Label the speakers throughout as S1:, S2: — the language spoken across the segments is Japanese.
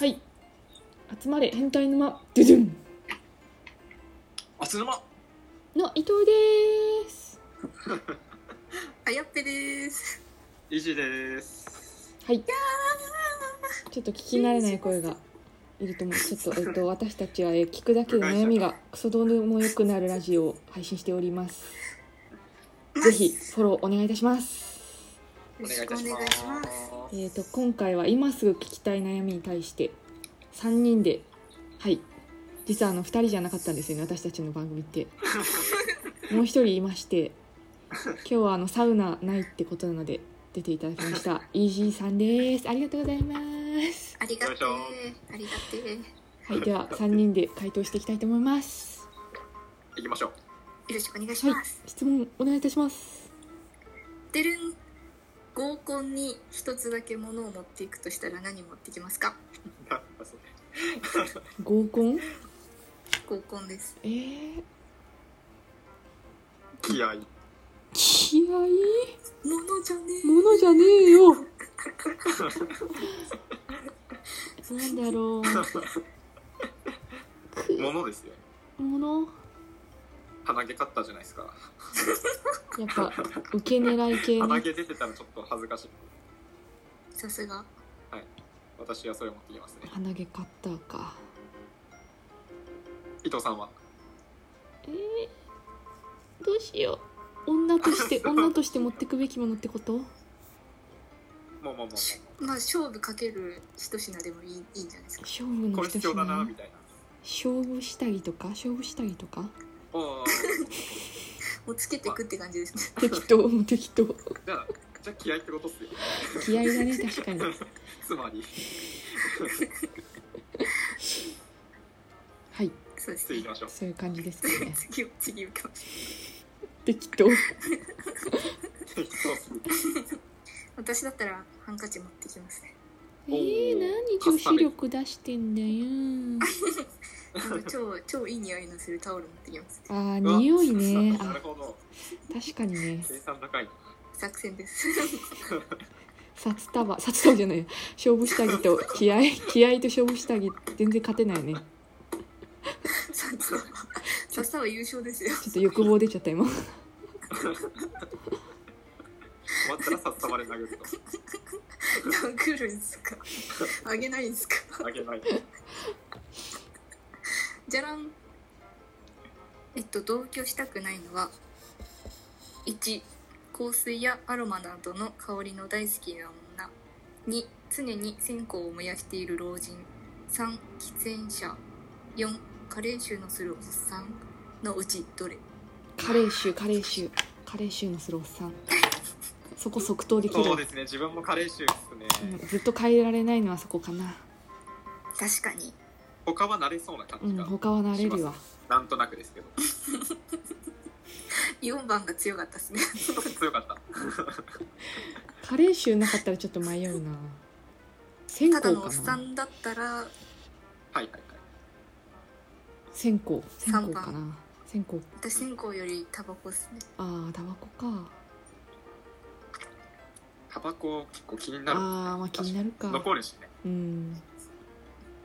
S1: はい集まれ変態沼ドゥドゥン
S2: あつぬま
S1: の伊藤です
S3: あやっぺです。
S2: イジです
S1: はいちょっと聞き慣れない声がいると思うちょっと、えっと、私たちはえー聞くだけで悩みがクソどうでもよくなるラジオを配信しておりますぜひフォローお願いいたします
S2: お
S3: よろ
S2: 願い
S3: し
S2: い
S3: くお
S2: たし
S3: 願
S2: ま
S3: い
S2: す
S3: します。
S1: えっ、と今回は今すぐ聞きたい悩みに対して3人ではい実はあの2人じゃなかったんですよね私たちの番組ってもう1人いまして今日はあのサウナないってことなので出ていただきましたイージーさんですありがとうございます
S3: ありがて
S2: よいしょ
S3: ーありがてーよ
S1: はいでは3人で回答していきたいと思います
S2: 行きましょう
S3: ろしくお願いし
S1: はい
S3: ます。
S1: 質問お願いいたします
S3: でるん。合コンに一つだけ物を持っていくとしたら何持ってきますか
S2: あそう
S1: 合コン
S3: 合コンです。
S1: えー、
S2: 気合い
S1: 気合い
S3: 物じゃね
S1: ものじゃねえよ。なんだろう。く
S2: 物ですよ
S1: もの
S2: 鼻毛カッターじゃないですか
S1: やっ ぱ受け狙い系
S2: 鼻
S1: ね。
S2: 毛出てたらちょっと恥ずかしい
S3: えさすが。
S2: 私はそれ持ってきますね
S1: 鼻毛カッターか。
S2: 伊藤さんは
S1: えー、どうしよう。女と して女として持ってくべきものってこと？
S2: もうもうも
S3: し
S2: う
S3: まあ勝負かける一品でもいいいいんじゃないですか。
S1: 勝負
S2: こ
S1: の
S2: れ
S1: 人
S2: 必要だなみたいな
S1: 勝負下着とか勝負下着とか。
S2: おー
S3: もうつけてくって感じですね。
S1: 適 当もう適当。
S2: じゃあじゃあ気合いってことっ すよ
S1: 気合いだね確かに。
S2: つまり
S1: はい
S3: そうです
S2: 次行き
S3: ね。。
S2: ましょう
S1: そういう感じですかね
S3: 次、次行きましょ
S1: 適当。
S2: 適当っすね
S3: う私だったらハンカチ持ってきますね。
S1: えー、何女子力出してんだよ。
S3: あの超、超いい匂いのするタオル持ってきます。
S1: あー
S2: うわ
S1: 匂いね
S2: な
S1: あ
S2: るほど
S1: 確かにね
S2: 計算高いな
S3: 作戦です。
S1: 札束札束じゃない勝負下着と気合気合と勝負下着全然勝てないね
S3: さすが。さは優勝ですよ。
S1: ちょっと欲望出ちゃった今
S2: 終わったらさっさまで殴ると
S3: 殴るんすかあげないんすか
S2: あげない
S3: じゃらんえっと同居したくないのは1香水やアロマなどの香りの大好きな女2常に線香を燃やしている老人3喫煙者4加齢臭のするおっさんのうちどれ
S1: カレー臭カレー臭カレー臭のするおっさんそこ即答できる
S2: そうですね自分も加齢臭ですね
S1: うんずっと変えられないのはそこかな
S3: 確かに
S2: 他は慣れそうな感
S1: う
S2: じ
S1: ん
S2: が
S1: 他はなれるわ
S2: なんとなくですけど
S3: 4番が強かったですね
S2: 強かった
S1: カレー臭なかったらちょっと迷うな線香
S3: た
S1: か
S3: だのおっさ
S1: なん
S3: だったら
S2: はいはいはい
S1: 線香線香
S3: 三番
S1: かな線香
S3: 私線香よりタバコっすね
S1: ああタバコか
S2: タバコ結構気になる
S1: ああまあ気になるか
S2: 残るしね
S1: うん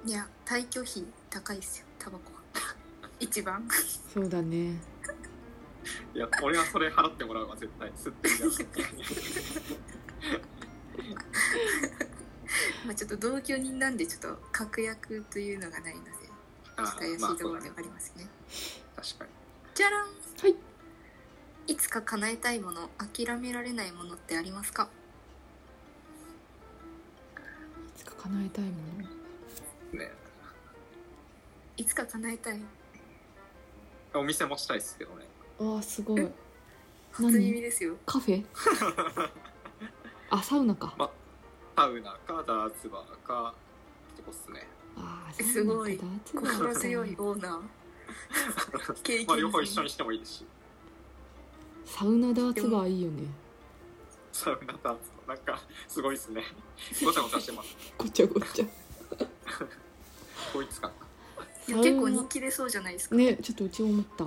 S3: いや退去費高いっすよタバコ は一番
S1: そうだね
S2: いや俺はそれ払ってもらうわ絶対吸ってみよ
S3: まあちょっと同居人なんでちょっと確約というのがないので
S2: あ
S3: ちょっと怪し
S2: ーまあ
S3: いと
S2: そ
S3: こ
S2: う
S3: ろ
S2: だ
S3: で
S2: ね
S3: はありますね
S2: 確かに
S3: じゃらん
S1: はい
S3: いつか叶えたいもの諦められないものってありますか
S1: いつか叶えたいもの
S2: ね
S3: いつか叶えたい
S2: お店持ちたいですけどね
S1: わあすごい
S3: え初耳ですよ
S1: カフェあサウナか
S2: まサウナかダーツバーかってこっすね
S1: あーサ
S3: え
S1: ウナ
S3: すごい
S1: かダーツバーか
S3: 心強いオーナー経験
S2: まあ両方一緒にしてもいいですし
S1: サウナダーツバーいいよね
S2: サウナダーツバーなんかすごいっすねごちゃごちゃしてます
S1: ごちゃごちゃ
S2: 統一感
S3: いや結構人気出そうじゃないですか、
S1: ねちょっとうち思った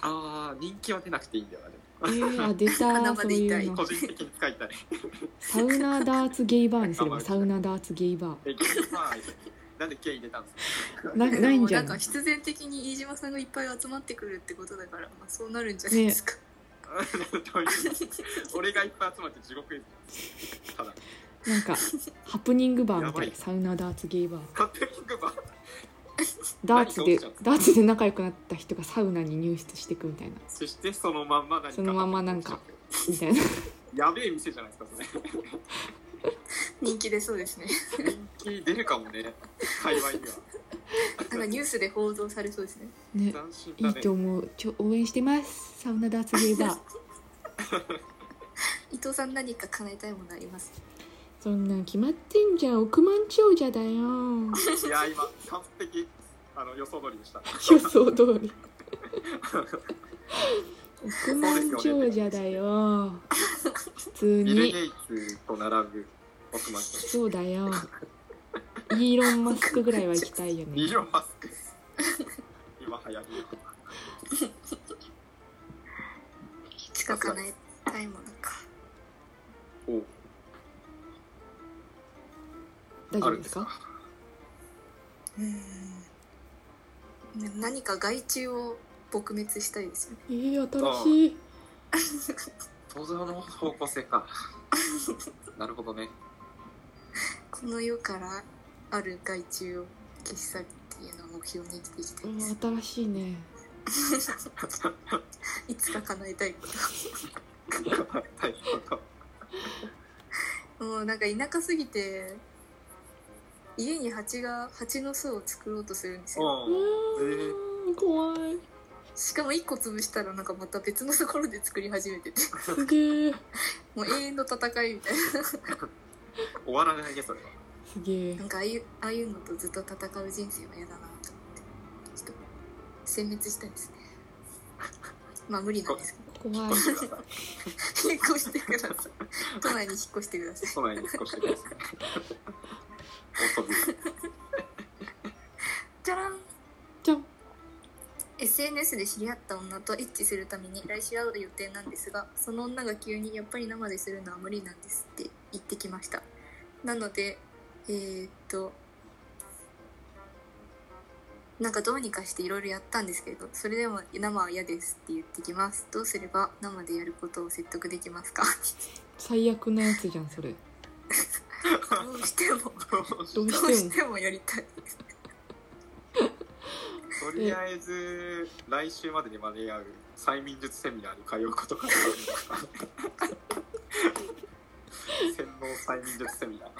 S2: あー人気は出なくていいんだよなでも
S1: えー、あ出た
S3: 花ま
S1: そう
S3: で痛い
S1: いうの
S2: 個人的に使いたい。
S1: サウナダーツゲイバーにすればサウナダーツゲイバ
S2: え、ゲイバーなんでゲイ入れたんですか
S1: ーなないんじゃな
S3: でもないんか必然的に飯島さんがいっぱい集まってくるってことだから、まあ、そうなるんじゃないですか、
S2: どういう俺がいっぱい集まって地獄絵図ただ
S1: なんかハプニングバーみ
S2: やば
S1: たい
S2: い
S1: なサウナダーツゲイバー
S2: カッテリングバー
S1: ダーツ
S2: 何が
S1: で
S2: 起きちゃうんです
S1: ダーツで仲良くなった人がサウナに入室していくみたいな
S2: そしてそのまんま何か
S1: そのまんまなんかみたいな
S2: やべえ店じゃないですかそ
S3: 人気出そうですね
S2: れ人気出るかもね界隈には
S3: なんかニュースで報道されそうですね
S1: ね
S2: 斬新
S1: い
S2: だ
S1: い
S2: ね
S1: と思うちょ応援してますサウナダーツゲイバー
S3: 伊藤さん何か叶えたいものあります
S1: そんなん決まってんじゃん億万長者だよ
S2: いや今完璧あの予想通りでした
S1: 予想通り億万長者だよ普通
S2: ビル・ゲ
S1: に
S2: イツと並ぶ奥松さ
S1: そうだよイーロン・マスクぐらいは行きたいよ
S2: ん
S1: ね
S2: イーロン・マスク今流行り
S3: しか叶えたいものか
S2: お
S1: 大丈
S2: あ
S1: 夫
S2: るん
S1: で
S2: ですすか
S1: か
S3: うーんでも何か害虫を撲滅したいですよね
S1: えー、新しい
S2: 登場の方向性かなるほどね
S3: この世からある害虫を消し去るっていうのを目標に生きていきた
S1: う
S3: い
S1: ん
S3: です
S1: 新しいね
S3: いつか叶えたいこ
S2: はい
S3: ともうなんか田舎すぎて家に蜂が蜂の巣を作ろうとするんですよ
S1: う
S2: おう
S1: ーん怖い
S3: しかも1個潰したらなんかまた別のところで作り始めてて
S1: すげえ
S3: もう永遠の戦いみたいな
S2: 終わらないねそれは
S1: すげえ
S3: なんかああいうああいうのとずっと戦う人生は嫌だなと思ってちょっと殲滅したいですね まあ無理なんです
S1: 怖い
S2: 引っ越してください
S3: けど引っ越してください都内に引っ越し
S2: 都内に引っ越して
S3: てください
S2: くださいお飛び
S3: じゃらん
S1: じゃん
S3: SNS で知り合った女と一致するために来週会う予定なんですがその女が急にやっぱり生でするのは無理なんですって言ってきましたなのでえー、っとなんかどうにかしていろいろやったんですけれどそれでも生は嫌ですって言ってきますどうすれば生でやることを説得できますか
S1: 最悪なやつじゃんそれ
S3: どうしても
S1: どう
S3: どう
S1: し
S3: しててもやりたい
S2: とりあえず来週までに間に合う催眠術セミナーに通うことができる洗脳催眠術セミナー
S1: も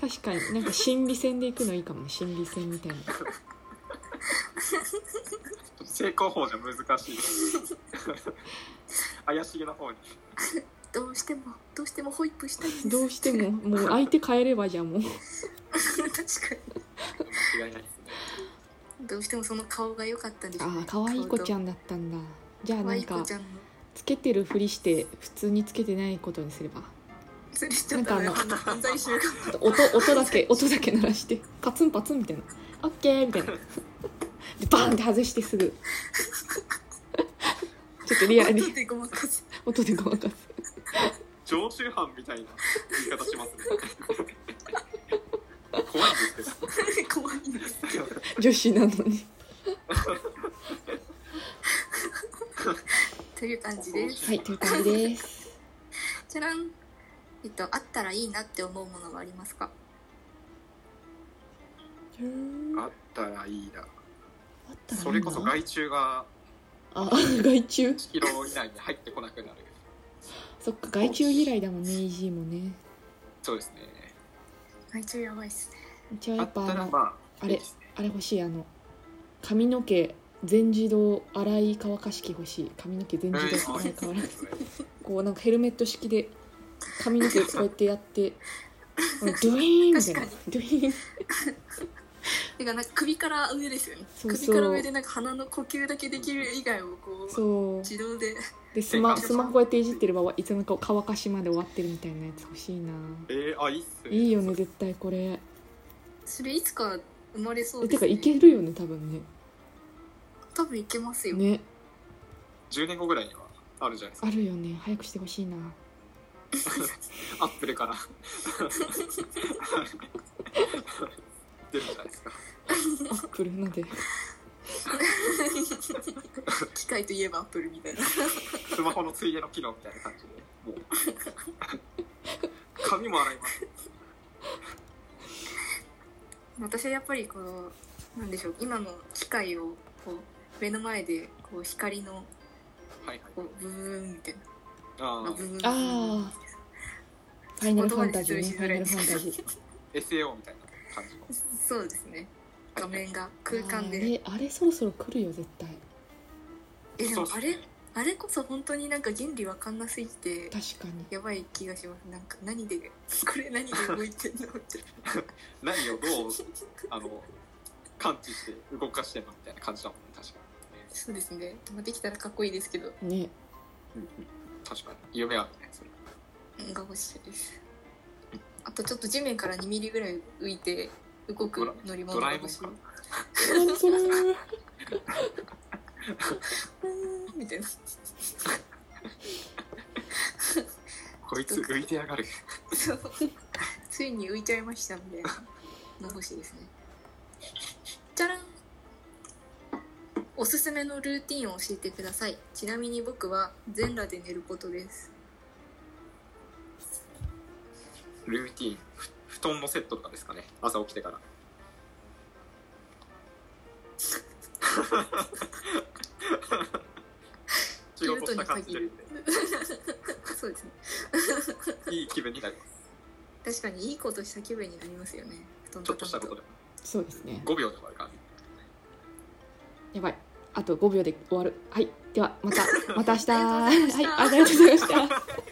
S1: 確かになんか心理戦で行くのいいかもね心理戦みたいな
S2: 成功法じゃ難しい怪しげな方に
S3: どうしてもどうしてもホイップしたいんです
S1: どうしてももう相手変えればじゃあもう
S3: 確か
S2: 間違いないですね
S3: にどうしてもその顔が良かったんでしょうね
S1: ああ可愛い子ち
S3: 顔と
S1: ゃんだったんだじゃあ
S3: 可
S1: な
S3: 愛
S1: ん
S3: い子
S1: か
S3: ちゃんの
S1: つけてるふりして普通につけてないことにすれば
S3: それちょっとね
S1: なんか
S3: 犯罪集が
S1: あと音音だけ音だけ鳴らしてパツンパツンみたいなオッケーみたいなでバーンって外してすぐちょっとリ アルに
S3: 後でごまかす
S1: 音でごまかす
S2: 常習犯みたいな言い方しますね怖いんですけど
S3: 怖いんです
S1: 女子なのに
S3: という感じです
S1: はいという感じです
S3: じゃらんえっとあったらいいなって思うものはありますか
S2: あったらいいな
S1: あったらいいな
S2: それこそ害虫が
S1: あ害虫
S2: 1キロ以内に入ってこなくなる
S1: そっか害虫嫌いだもんね EG もね
S2: そうですね
S3: 害虫やばいっすね
S1: じゃあ
S2: あ
S1: やっ
S2: った
S1: ぱあ
S2: ら
S1: の
S2: まあ
S1: あれ
S2: いいですね
S1: あれ欲しいあの髪の毛全自動洗い乾かし器欲しい髪の毛全自動洗い乾かし こうなんかヘルメット式で髪の毛を こうやってやってドゥイーンみたいな
S3: 確
S1: ドゥイーン
S3: てかなんか首から上ですよね
S1: そうそう
S3: 首から上でなんか鼻の呼吸だけできる以外をこう
S1: そう
S3: 自動で
S1: でスマスマホこうやっていじってればいつの間にか乾かしまで終わってるみたいなやつ欲しいな
S2: えー、あいいっすね
S1: いいよね絶対これ
S3: それいつか生まれそう
S1: え
S3: で
S1: て
S3: す、
S1: か
S3: ね、
S1: いけるよね多分ね
S3: 多分いけますよ、
S1: ね
S2: 10年後ぐらいにはあるじゃないですか
S1: あるよね早くしてほしい な
S2: アップルから出るじゃないですか
S1: アップルので
S3: 機械といえばアップルみたいな
S2: スマホのついでの機能みたいな感じでもう髪も洗います
S3: 私はやっぱりこうなんでしょう今の機械をこう目の前でこう光の
S2: はいはい
S3: こうブーンみたいな
S2: あ
S3: まあブ
S2: あ
S3: ーン
S1: ああファイナルファンタジーねファイナルファンタジー
S2: SAO みたいな感じの
S3: そうですね画面が空間
S1: あ
S3: で
S1: れあれそろそろ来るよ絶対
S3: えで
S2: そう
S3: も
S2: っす
S3: あれあれこそ本当になんか原理わかんなすぎて
S1: 確かに
S3: やばい気がしますなんか何でこれ何で動いてんのって
S2: 何をどうあの感知して動かしてんのみたいな感じだもんね確か
S3: そうですねまあできたらかっこいいですけど
S1: ね
S2: に、確かに夢あるねそれ
S3: うんが欲しいですあとちょっと地面から2ミリぐらい浮いて動く乗り物
S2: ド
S3: が
S2: ラえ
S3: 欲
S2: もん
S3: しい
S2: か
S1: 何それ
S3: うーんみたいな
S2: こいつ浮いてやがる
S3: そう ついに浮いちゃいましたみたいなの欲しいですねじゃらんおすすめのルーティンを教えてくださいちなみに僕は全裸で寝ることです
S2: ルーティーンふ布団のセットとかですかね朝起きて から 仕事した感じ
S3: い
S2: で
S3: るとに限るそうですね
S2: いい気分になります
S3: 確かにいいことした気分になりますよね布団
S2: ちょっとしたこ
S3: 畳
S2: とで
S3: む
S2: も
S1: そうですね
S2: 5秒で終わる感じ
S1: やばいあと5秒で終わるはいではまたまた明日
S3: ありがとうございました
S1: はいありがとうございました